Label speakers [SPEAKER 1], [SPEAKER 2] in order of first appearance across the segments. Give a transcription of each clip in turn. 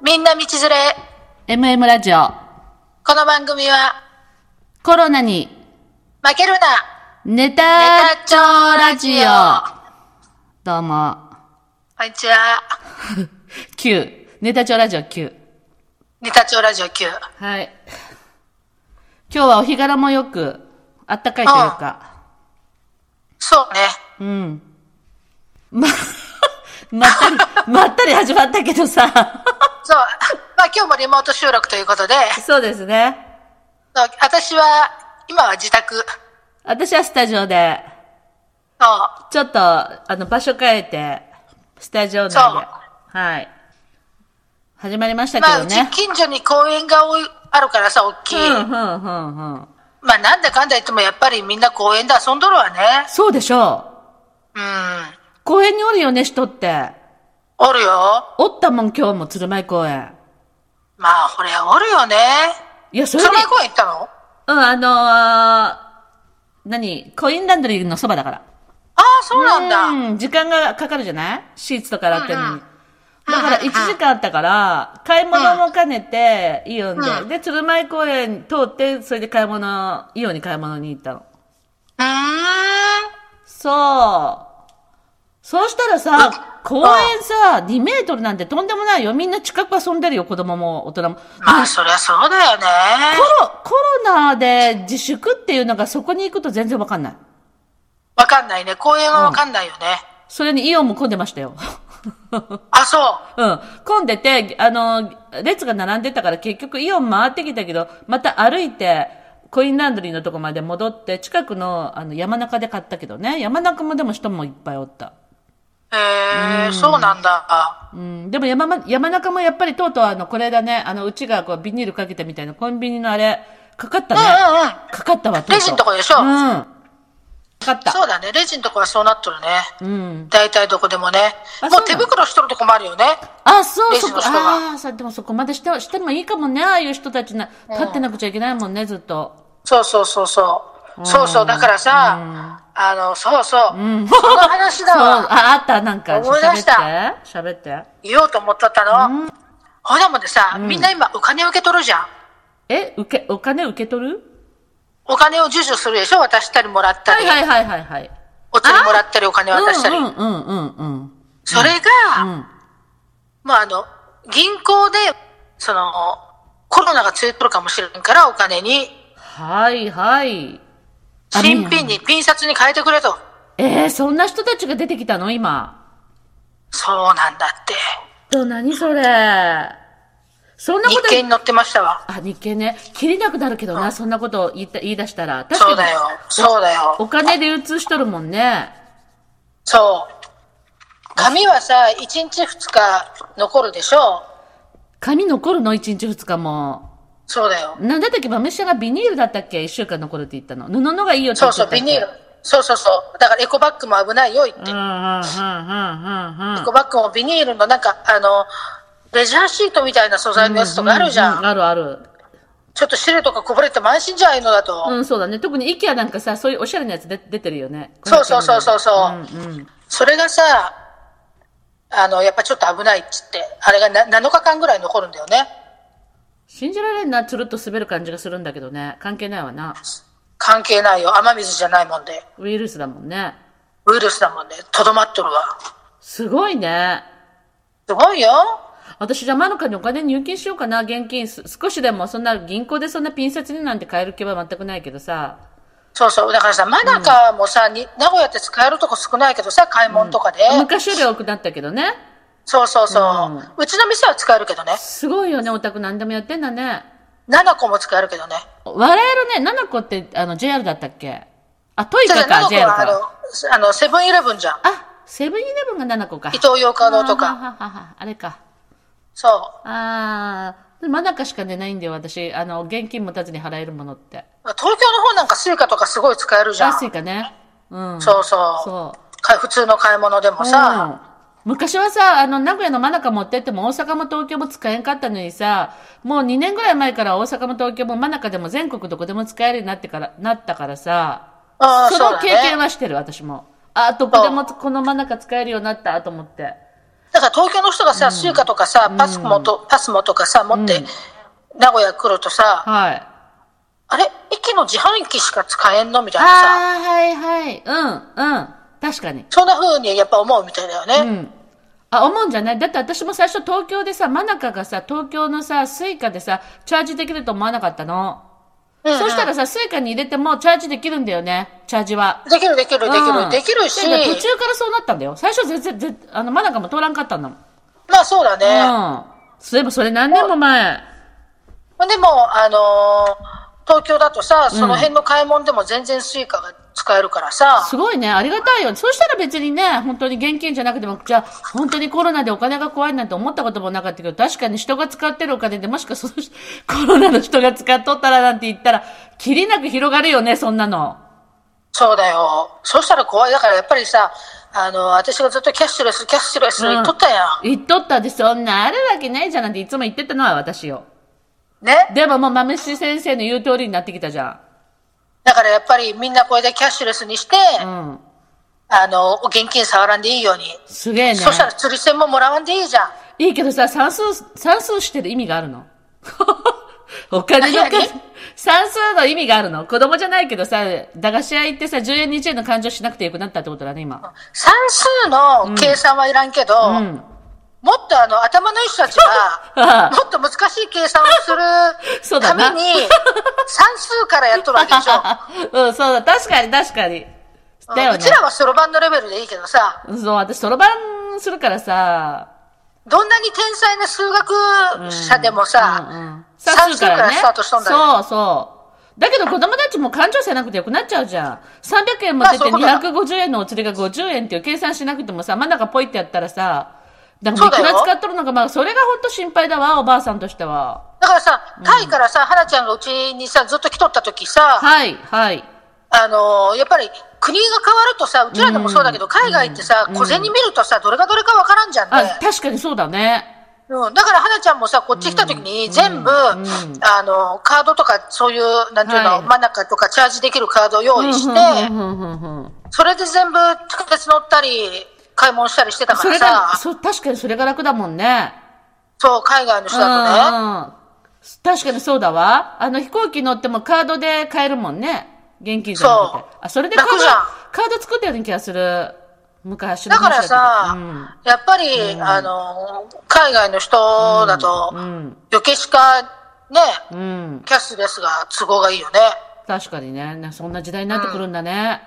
[SPEAKER 1] みんな道連れ。
[SPEAKER 2] MM ラジオ。
[SPEAKER 1] この番組は、
[SPEAKER 2] コロナに
[SPEAKER 1] 負けるな、
[SPEAKER 2] ネ
[SPEAKER 1] ネ
[SPEAKER 2] タ
[SPEAKER 1] タ帳
[SPEAKER 2] ラ
[SPEAKER 1] ラ
[SPEAKER 2] ジ
[SPEAKER 1] ジ
[SPEAKER 2] オ
[SPEAKER 1] オ。。
[SPEAKER 2] どうも。
[SPEAKER 1] こんにちは。
[SPEAKER 2] 9。ネタ帳ラジオ9。
[SPEAKER 1] ネタ帳ラジオ9。
[SPEAKER 2] はい。今日はお日柄もよく、あったかいというか。
[SPEAKER 1] そうね。
[SPEAKER 2] うん。ま、 まったり、まったり始まったけどさ。
[SPEAKER 1] そう。 まあ今日もリモート収録ということで、
[SPEAKER 2] そうですね。
[SPEAKER 1] そう私は、今は自宅。そう。
[SPEAKER 2] 私はスタジオで、ちょっと、あの、場所変えて、スタジオ内で。
[SPEAKER 1] そう
[SPEAKER 2] はい。始まりましたけ
[SPEAKER 1] まあ
[SPEAKER 2] ど
[SPEAKER 1] う
[SPEAKER 2] ね。
[SPEAKER 1] ち近所に公園が多いあるからさ、大きい。
[SPEAKER 2] うんうんうんうん。
[SPEAKER 1] まあなんだかんだ言ってもやっぱりみんな公園で遊んどるわね。
[SPEAKER 2] そうでしょう。
[SPEAKER 1] うん。
[SPEAKER 2] 公園におるよね、人って。
[SPEAKER 1] おるよ。
[SPEAKER 2] おったもん、今日も鶴舞公園。
[SPEAKER 1] まあほれおるよね。
[SPEAKER 2] いや、それ
[SPEAKER 1] 鶴
[SPEAKER 2] に、
[SPEAKER 1] 舞公園行ったの
[SPEAKER 2] うん、あのー、何コインランドリーのそばだから。
[SPEAKER 1] ああ、そうなんだ。
[SPEAKER 2] うん、時間がかかるじゃないシーツとか洗ってるの
[SPEAKER 1] うんう
[SPEAKER 2] に
[SPEAKER 1] ん。
[SPEAKER 2] だから1時間あったから、買い物も兼ねて、イオンで。で、鶴舞公園通って、それで買い物、イオンに買い物に行ったの。
[SPEAKER 1] うーん。
[SPEAKER 2] そう。そうしたらさ、公園さ、2メートルなんてとんでもないよ。みんな近く遊んでるよ、子供も大人も。
[SPEAKER 1] まあ、そりゃそうだよね。
[SPEAKER 2] コロ、コロナで自粛っていうのがそこに行くと全然わかんない。
[SPEAKER 1] わかんないね。公園はわかんないよね。
[SPEAKER 2] それにイオンも混んでましたよ。
[SPEAKER 1] あ、そう。
[SPEAKER 2] うん。混んでて、あの、列が並んでたから結局イオン回ってきたけど、また歩いて、コインランドリーのとこまで戻って、近くのあの山中で買ったけどね。山中もでも人もいっぱいおった。
[SPEAKER 1] へえそうなんだ。
[SPEAKER 2] うん、でも山ま、山中もやっぱりとうとうあの、これだね、あの、うちがこうビニールかけたみたいなコンビニのあれ、かかった
[SPEAKER 1] うん
[SPEAKER 2] ね。
[SPEAKER 1] うんうん。
[SPEAKER 2] かかったわ、とうとう
[SPEAKER 1] レジのとこでしょ
[SPEAKER 2] うん。かかった。
[SPEAKER 1] そうだね。レジのとこはそうなっとるね。
[SPEAKER 2] うん。
[SPEAKER 1] 大体どこでもね。
[SPEAKER 2] あ
[SPEAKER 1] も
[SPEAKER 2] そ
[SPEAKER 1] う
[SPEAKER 2] うな
[SPEAKER 1] 手
[SPEAKER 2] の
[SPEAKER 1] 袋しとるとこもあるよね。
[SPEAKER 2] あ、そう、
[SPEAKER 1] レジ
[SPEAKER 2] そ
[SPEAKER 1] の
[SPEAKER 2] こ、
[SPEAKER 1] 人が
[SPEAKER 2] ああ、さ、でもそこまでして、してもいいかもね、ああいう人たちな、立ってなくちゃいけないもんね、ずっと。
[SPEAKER 1] そうそうそうそう。そうそう。だからさ、あの、そうそう。
[SPEAKER 2] ん
[SPEAKER 1] その話だ
[SPEAKER 2] そう、
[SPEAKER 1] わ。
[SPEAKER 2] あ、あった、なんか、
[SPEAKER 1] 思い出した
[SPEAKER 2] 喋って。喋って。
[SPEAKER 1] 言おうと思っとったの。ほらもでさ、みんな今お金受け取るじゃん。
[SPEAKER 2] え、受け、お金受け取る
[SPEAKER 1] お金を授受するでしょ渡したりもらった
[SPEAKER 2] はい
[SPEAKER 1] り。
[SPEAKER 2] はいはいはいはい。
[SPEAKER 1] お釣りもらったりお金渡したり。
[SPEAKER 2] うんうんうんうん
[SPEAKER 1] それ
[SPEAKER 2] う
[SPEAKER 1] が、
[SPEAKER 2] ん。うん。
[SPEAKER 1] まあ、あの、銀行で、その、コロナがついてるかもしれんから、お金に、
[SPEAKER 2] はいはい。あ
[SPEAKER 1] 新品に、ピン札に変えてくれと。
[SPEAKER 2] えー、そんな人たちが出てきたの今。
[SPEAKER 1] そうなんだって。
[SPEAKER 2] と、何それ。そんなこ
[SPEAKER 1] 日
[SPEAKER 2] と、
[SPEAKER 1] 経に載ってましたわ。
[SPEAKER 2] あ、日経ね。切りなくなるけどな、そんなこと言った、言い出したら。確か
[SPEAKER 1] そ
[SPEAKER 2] に
[SPEAKER 1] うだよ。そうだよ。
[SPEAKER 2] お金流通しとるもんね。
[SPEAKER 1] そう。紙はさ、1日2日残るでしょ
[SPEAKER 2] 紙残るの ?1 日2日も。
[SPEAKER 1] そうだよ。
[SPEAKER 2] なんだったっけ豆シャがビニールだったっけ ?1 週間残るって言ったの。布のがいいよって
[SPEAKER 1] そ
[SPEAKER 2] 言
[SPEAKER 1] う
[SPEAKER 2] って
[SPEAKER 1] そ
[SPEAKER 2] た
[SPEAKER 1] う、
[SPEAKER 2] っけ
[SPEAKER 1] ビニール。。そうそうそう。だからエコバッグも危ないよ、言って
[SPEAKER 2] うん。うんうんうんうん
[SPEAKER 1] エ
[SPEAKER 2] うん。
[SPEAKER 1] コバッグもビニールのなんか、あの、レジャーシートみたいな素材のやつとかあるじゃ。
[SPEAKER 2] うんうあるある。
[SPEAKER 1] ちょっと汁とかこぼれても安心じゃんああいうのだと。
[SPEAKER 2] うん、そうだね。特に IKEA なんかさ、そういうおしゃれなやつで出てるよね。。
[SPEAKER 1] そうそうそうそうそう
[SPEAKER 2] うんうん。
[SPEAKER 1] それがさ、あの、やっぱちょっと危ないっつって、あれがな7日間ぐらい残るんだよね。
[SPEAKER 2] 信じられんな、つるっと滑る感じがするんだけどね。関係ないわな。
[SPEAKER 1] 関係ないよ。雨水じゃないもんで。
[SPEAKER 2] ウイルスだもんね。
[SPEAKER 1] ウイルスだもんで。とどまっとるわ。
[SPEAKER 2] すごいね。
[SPEAKER 1] すごいよ。
[SPEAKER 2] 私じゃあまのかにお金入金しようかな、現金。す少しでも、そんな銀行でそんなピン札になんて買える気は全くないけどさ。
[SPEAKER 1] そうそう。だからさ、マナカもさ、に名古屋って使えるとこ少ないけどさ、買い物とかで。
[SPEAKER 2] 昔より多くなったけどね。
[SPEAKER 1] そうそうそう、
[SPEAKER 2] う
[SPEAKER 1] うんちの店は使えるけどね。
[SPEAKER 2] すごいよね、オタク何でもやってんだね。
[SPEAKER 1] 7個も使えるけどね。
[SPEAKER 2] 笑えるね、ナナコって、あの、JR だったっけあ、トイ
[SPEAKER 1] じゃあ、
[SPEAKER 2] カ
[SPEAKER 1] 7
[SPEAKER 2] か、
[SPEAKER 1] 個
[SPEAKER 2] JR
[SPEAKER 1] はあ
[SPEAKER 2] か。
[SPEAKER 1] の、あの、セブンイレブンじゃん。
[SPEAKER 2] あ、セブンイレブンがナナコか。
[SPEAKER 1] 伊藤洋華堂と
[SPEAKER 2] あ
[SPEAKER 1] か。
[SPEAKER 2] ははははあれか。
[SPEAKER 1] そう。
[SPEAKER 2] あー、マナカしか出ないんだよ、私。あの、現金持たずに払えるものって。
[SPEAKER 1] 東京の方なんかスイカとかすごい使えるじゃん。
[SPEAKER 2] 安いかね。うん。
[SPEAKER 1] そうそう
[SPEAKER 2] そう。
[SPEAKER 1] か普通の買い物でもさ、
[SPEAKER 2] うん昔はさ、あの、名古屋の真中持ってっても大阪も東京も使えんかったのにさ、もう2年ぐらい前から大阪も東京も真中でも全国どこでも使えるようになってから、なったからさ、
[SPEAKER 1] ああ
[SPEAKER 2] そ
[SPEAKER 1] そう
[SPEAKER 2] の
[SPEAKER 1] だ
[SPEAKER 2] 経
[SPEAKER 1] ね
[SPEAKER 2] 験はしてる、私も。あ、どこでもこの真中使えるようになったと思って。
[SPEAKER 1] だから東京の人がさ、スイカとかさ、パスモと、パスモとかさ、持って、名古屋来るとさ、
[SPEAKER 2] はい。
[SPEAKER 1] あれ駅の自販機しか使えんのみたいなさ、
[SPEAKER 2] ああ、はいはい。うん、うん。確かに。
[SPEAKER 1] そんな風にやっぱ思うみたいだよね。
[SPEAKER 2] うん。あ、思うんじゃないだって私も最初東京でさ、真中がさ、東京のさ、スイカでさ、チャージできると思わなかったの。
[SPEAKER 1] うんうん
[SPEAKER 2] そうしたらさ、スイカに入れてもチャージできるんだよね。チャージは。
[SPEAKER 1] できるできるできる、
[SPEAKER 2] うん
[SPEAKER 1] できるし、
[SPEAKER 2] だから途中からそうなったんだよ。最初全然、全あの、真中も通らんかったんだもん。
[SPEAKER 1] まあそうだね。
[SPEAKER 2] うん。そういえばそれ何年も前。
[SPEAKER 1] でも、あのー東京だとさ、その辺の買い物でも全然スイカが使えるからさ、
[SPEAKER 2] すごいね。ありがたいよ。そうしたら別にね、本当に現金じゃなくても、じゃあ、本当にコロナでお金が怖いなんて思ったこともなかったけど、確かに人が使ってるお金で、もしかその コロナの人が使っとったらなんて言ったら、きりなく広がるよね、そんなの。
[SPEAKER 1] そうだよ。そうしたら怖い。だからやっぱりさ、あの私がずっとキャッシュレス、キャッシュレス言っとったやん。
[SPEAKER 2] 言っとったで、そんなあるわけないじゃんなんていつも言ってたのは私よ。
[SPEAKER 1] ね。
[SPEAKER 2] でももう、まめし先生の言う通りになってきたじゃ
[SPEAKER 1] だからやっぱりみんなこれでキャッシュレスにして、
[SPEAKER 2] ん。うん。
[SPEAKER 1] あの、現金触らんでいいように。
[SPEAKER 2] すげえね。
[SPEAKER 1] そしたら釣り銭ももらわんでいいじゃん。
[SPEAKER 2] いいけどさ、算数、算数してる意味がある の。お金の
[SPEAKER 1] 何
[SPEAKER 2] 数、算数の意味があるの。子供じゃないけどさ、駄菓子屋行ってさ、10円20円の勘定しなくてよくなったってことだね、今。
[SPEAKER 1] 算数の計算はいらんけど、
[SPEAKER 2] うん。
[SPEAKER 1] もっとあの、頭のいい人たち は、
[SPEAKER 2] あ
[SPEAKER 1] もっと難しい計算をす
[SPEAKER 2] そう
[SPEAKER 1] る
[SPEAKER 2] だ
[SPEAKER 1] ため
[SPEAKER 2] な
[SPEAKER 1] に、算数からやっとるわ けでしょ。
[SPEAKER 2] あうん、そうだ、確かに確かに。だよ
[SPEAKER 1] う
[SPEAKER 2] ね
[SPEAKER 1] ち。らはそろばんのレベルでいいけどさ、
[SPEAKER 2] そう、私、そろばんするからさ、
[SPEAKER 1] どんなに天才な数学者でも
[SPEAKER 2] う
[SPEAKER 1] さ、
[SPEAKER 2] んうん
[SPEAKER 1] 算数からスタートしたんだよ
[SPEAKER 2] そうそう。だけど子供たちも勘定せなくてよくなっちゃうじゃん。300円も出て
[SPEAKER 1] まあそういうことだ
[SPEAKER 2] 250円のお釣りが50円っていう計算しなくてもさ、真ん中ポイってやったらさ、だか
[SPEAKER 1] そう
[SPEAKER 2] らい
[SPEAKER 1] だ
[SPEAKER 2] く
[SPEAKER 1] よ
[SPEAKER 2] ら使っとるのか、まあそれが本当心配だわ、おばあさんとしては。
[SPEAKER 1] だからさ、タイからさ、花ちゃんがうちにさ、ずっと来とった時さ、
[SPEAKER 2] はい、はい。
[SPEAKER 1] あのーやっぱり国が変わるとさ、うちらでもそうだけど、海外ってさ、小銭見るとさ、どれがどれかわからんじゃん
[SPEAKER 2] あ、
[SPEAKER 1] ね。
[SPEAKER 2] 確かにそうだね。
[SPEAKER 1] うん、だから、花ちゃんもさ、こっち来た時に、全部、あの、カードとか、そういう、なんていうの、
[SPEAKER 2] はい
[SPEAKER 1] 真ん中とか、チャージできるカードを用意して、
[SPEAKER 2] うんうんうんうんうん
[SPEAKER 1] それで全部、地下鉄乗ったり、買い物したりしてたか
[SPEAKER 2] そ
[SPEAKER 1] ら
[SPEAKER 2] れが、
[SPEAKER 1] さ、そ
[SPEAKER 2] そう、確かにそれが楽だもんね。
[SPEAKER 1] う、海外の人だとね。
[SPEAKER 2] うんうん確かにそうだわ。あの飛行機乗ってもカードで買えるもんね。現金じゃなくて
[SPEAKER 1] そ。
[SPEAKER 2] あ、それでカード
[SPEAKER 1] 楽じゃん、
[SPEAKER 2] カード作ったような気がする。昔の
[SPEAKER 1] だ
[SPEAKER 2] 話
[SPEAKER 1] から
[SPEAKER 2] け
[SPEAKER 1] さ、
[SPEAKER 2] どうん
[SPEAKER 1] やっぱり、あの、海外の人だと、
[SPEAKER 2] うん、
[SPEAKER 1] 余計しか、ね、
[SPEAKER 2] うん。
[SPEAKER 1] キャッシュレスが都合がいいよね。
[SPEAKER 2] 確かにね。なそんな時代になってくるんだね。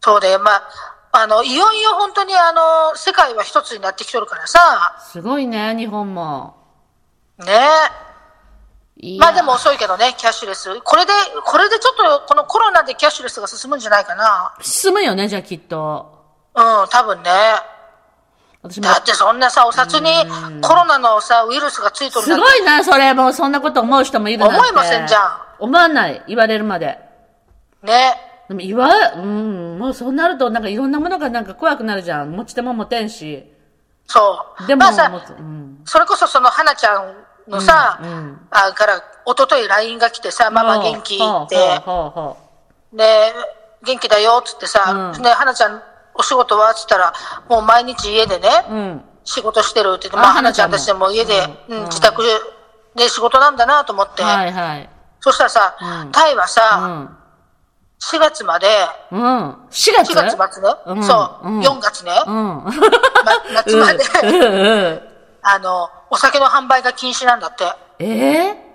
[SPEAKER 1] そうで、まあ、あの、いよいよ本当に、あの、世界は一つになってきとるからさ、
[SPEAKER 2] すごいね、日本も。
[SPEAKER 1] ね
[SPEAKER 2] いや
[SPEAKER 1] まあでも。遅いけどね、キャッシュレス。これで、これでちょっと、このコロナでキャッシュレスが進むんじゃないか
[SPEAKER 2] 進むよね、じゃあきっと。
[SPEAKER 1] な。うん、多分ね。
[SPEAKER 2] 私も。
[SPEAKER 1] だってそんなさ、お札にコロナのさ、ウイルスがついとる
[SPEAKER 2] す
[SPEAKER 1] なんて
[SPEAKER 2] ごいな、それ。もうそんなこと思う人もいるなんて
[SPEAKER 1] 思いませんじゃん。
[SPEAKER 2] 思わない。言われるまで。
[SPEAKER 1] ね。
[SPEAKER 2] でも、いわ、うん、もうそうなると、なんかいろんなものがなんか怖くなるじゃん。持ち手も持てんし。
[SPEAKER 1] そう。
[SPEAKER 2] でも、
[SPEAKER 1] まあさ
[SPEAKER 2] 持、つうん。
[SPEAKER 1] それこそその、花ちゃんのさ、
[SPEAKER 2] うんうん
[SPEAKER 1] あから、一昨日 LINE が来てさ、ママ元気
[SPEAKER 2] ほう
[SPEAKER 1] って、
[SPEAKER 2] ほうほうほ
[SPEAKER 1] で、元気だよっつってさ、
[SPEAKER 2] うん
[SPEAKER 1] ね、花ちゃん、お仕事はっつったら、もう毎日家でね、
[SPEAKER 2] ううん。
[SPEAKER 1] 仕事してるって言って、ま
[SPEAKER 2] あ
[SPEAKER 1] あ、
[SPEAKER 2] 花
[SPEAKER 1] 花
[SPEAKER 2] ち
[SPEAKER 1] ち
[SPEAKER 2] ゃ
[SPEAKER 1] ゃ
[SPEAKER 2] ん
[SPEAKER 1] ん
[SPEAKER 2] も
[SPEAKER 1] たちでも家で、
[SPEAKER 2] う
[SPEAKER 1] うんん
[SPEAKER 2] うん
[SPEAKER 1] 自宅で仕事なんだなと思って、
[SPEAKER 2] はいはい。
[SPEAKER 1] そしたらさ、
[SPEAKER 2] うん
[SPEAKER 1] タイはさ、4月まで、
[SPEAKER 2] うん。うん。4月
[SPEAKER 1] 4月末ね、
[SPEAKER 2] うん
[SPEAKER 1] そう、
[SPEAKER 2] うん
[SPEAKER 1] 4月ね、
[SPEAKER 2] うん。
[SPEAKER 1] ま夏まで、
[SPEAKER 2] うんうん。
[SPEAKER 1] あの、お酒の販売が禁止なんだって。
[SPEAKER 2] ええ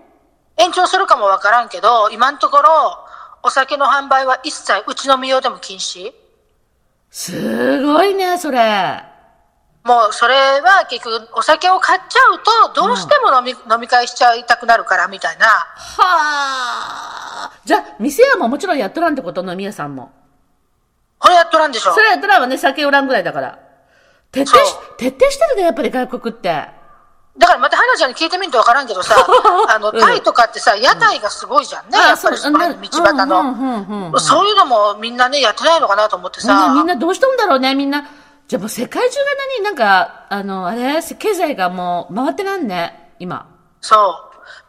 [SPEAKER 1] 延長するかもわからんけど、今のところ、お酒の販売は一切、うちのみ用でも禁止。
[SPEAKER 2] すごいね、それ。
[SPEAKER 1] もう、それは結局、お酒を買っちゃうと、どうしても飲み、飲み会しちゃいたくなるから、みたいな。
[SPEAKER 2] はあ。じゃあ、店屋ももちろんやっとらんってこと飲み屋さんも。
[SPEAKER 1] これやっとらんでしょ
[SPEAKER 2] それやっとらんわね、酒おらんぐらいだから。徹底し
[SPEAKER 1] そ、
[SPEAKER 2] 徹底してるね、やっぱり外国って。
[SPEAKER 1] だからまた花ちゃんに聞いてみると分からんけどさ、あの、
[SPEAKER 2] うん
[SPEAKER 1] タイとかってさ、屋台がすごいじゃんね、やっぱりそこら辺の道端
[SPEAKER 2] うん
[SPEAKER 1] の。
[SPEAKER 2] うんうんうんうん
[SPEAKER 1] そういうのもみんなね、やってないのかなと思って
[SPEAKER 2] みんな、みん
[SPEAKER 1] さ、
[SPEAKER 2] などうしたんだろうね、みんな。じゃあもう世界中が何なんか、あの、あれ経済がもう回ってなんね、今。
[SPEAKER 1] そ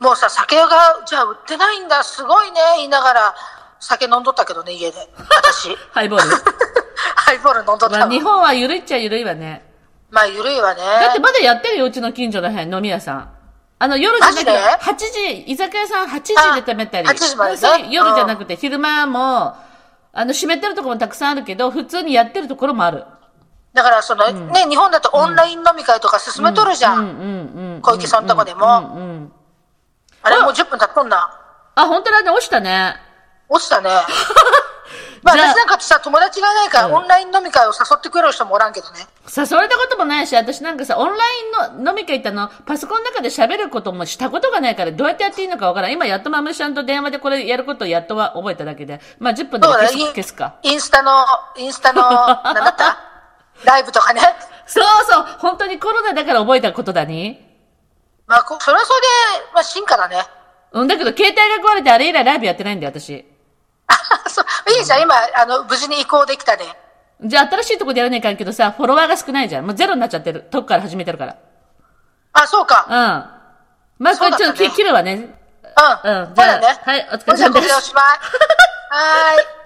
[SPEAKER 1] う。もうさ、酒が、じゃあ売ってないんだ、すごいね、言いながら、酒飲んどったけどね、家で。私。
[SPEAKER 2] ハイボール。
[SPEAKER 1] ハイボール飲んどった
[SPEAKER 2] まあ、
[SPEAKER 1] わ。
[SPEAKER 2] 日本は緩いっちゃ緩いわね。
[SPEAKER 1] うまあ、ゆるいわね。
[SPEAKER 2] だってまだやってるよ、うちの近所の辺、飲み屋さん。あの、夜じゃなくて、8
[SPEAKER 1] マ
[SPEAKER 2] 時、居酒屋さん8時で食べたり。
[SPEAKER 1] あ8時までね
[SPEAKER 2] そう夜じゃなくて、昼間も、あの、閉めてるところもたくさんあるけど、普通にやってるところもある。
[SPEAKER 1] だから、その、ね、日本だとオンライン飲み会とか進めとるじゃ
[SPEAKER 2] うん
[SPEAKER 1] ん。
[SPEAKER 2] うんうん。
[SPEAKER 1] 小池さんとこで
[SPEAKER 2] う
[SPEAKER 1] も。
[SPEAKER 2] んうん。
[SPEAKER 1] あれ、もう10分経っとんな。
[SPEAKER 2] あ、本当だね、落ちたね。
[SPEAKER 1] 落ちた ね。まあ、
[SPEAKER 2] じゃあ
[SPEAKER 1] 私なんかさ、友達がいないから、オンライン飲み会を誘ってくれる人もおらんけどね。
[SPEAKER 2] 誘われたこともないし、私なんかさ、オンラインの飲み会行ったの、パソコンの中で喋ることもしたことがないから、どうやってやっていいのかわからん。今、やっとまむしゃんと電話でこれやることをやっとは覚えただけで。まあ、10分で
[SPEAKER 1] そう
[SPEAKER 2] も
[SPEAKER 1] だ
[SPEAKER 2] 消
[SPEAKER 1] ね。
[SPEAKER 2] す消すか。
[SPEAKER 1] インインスタの、インスタ の、なんだったライブとかね。
[SPEAKER 2] そうそう本当にコロナだから覚えたことだに。
[SPEAKER 1] まあ、こそれはそれで、まあ、進化だね。
[SPEAKER 2] うん、だけど、携帯が壊れて、あれ以来ライブやってないんだよ、私。
[SPEAKER 1] あそういいじゃん、今、あの、無事に移行できたね。
[SPEAKER 2] じゃあ、新しいとこでやらないかんけどさ、フォロワーが少ないじゃん。もうゼロになっちゃってる。とこから始めてるから。
[SPEAKER 1] あ、そうか。
[SPEAKER 2] うん。まあ、これちょっ
[SPEAKER 1] そ
[SPEAKER 2] と
[SPEAKER 1] うだった
[SPEAKER 2] き
[SPEAKER 1] ね
[SPEAKER 2] 切るわね。
[SPEAKER 1] うん。
[SPEAKER 2] うん
[SPEAKER 1] じゃあね。
[SPEAKER 2] はいお疲れ様です
[SPEAKER 1] じゃあこれでおしまい。はーい。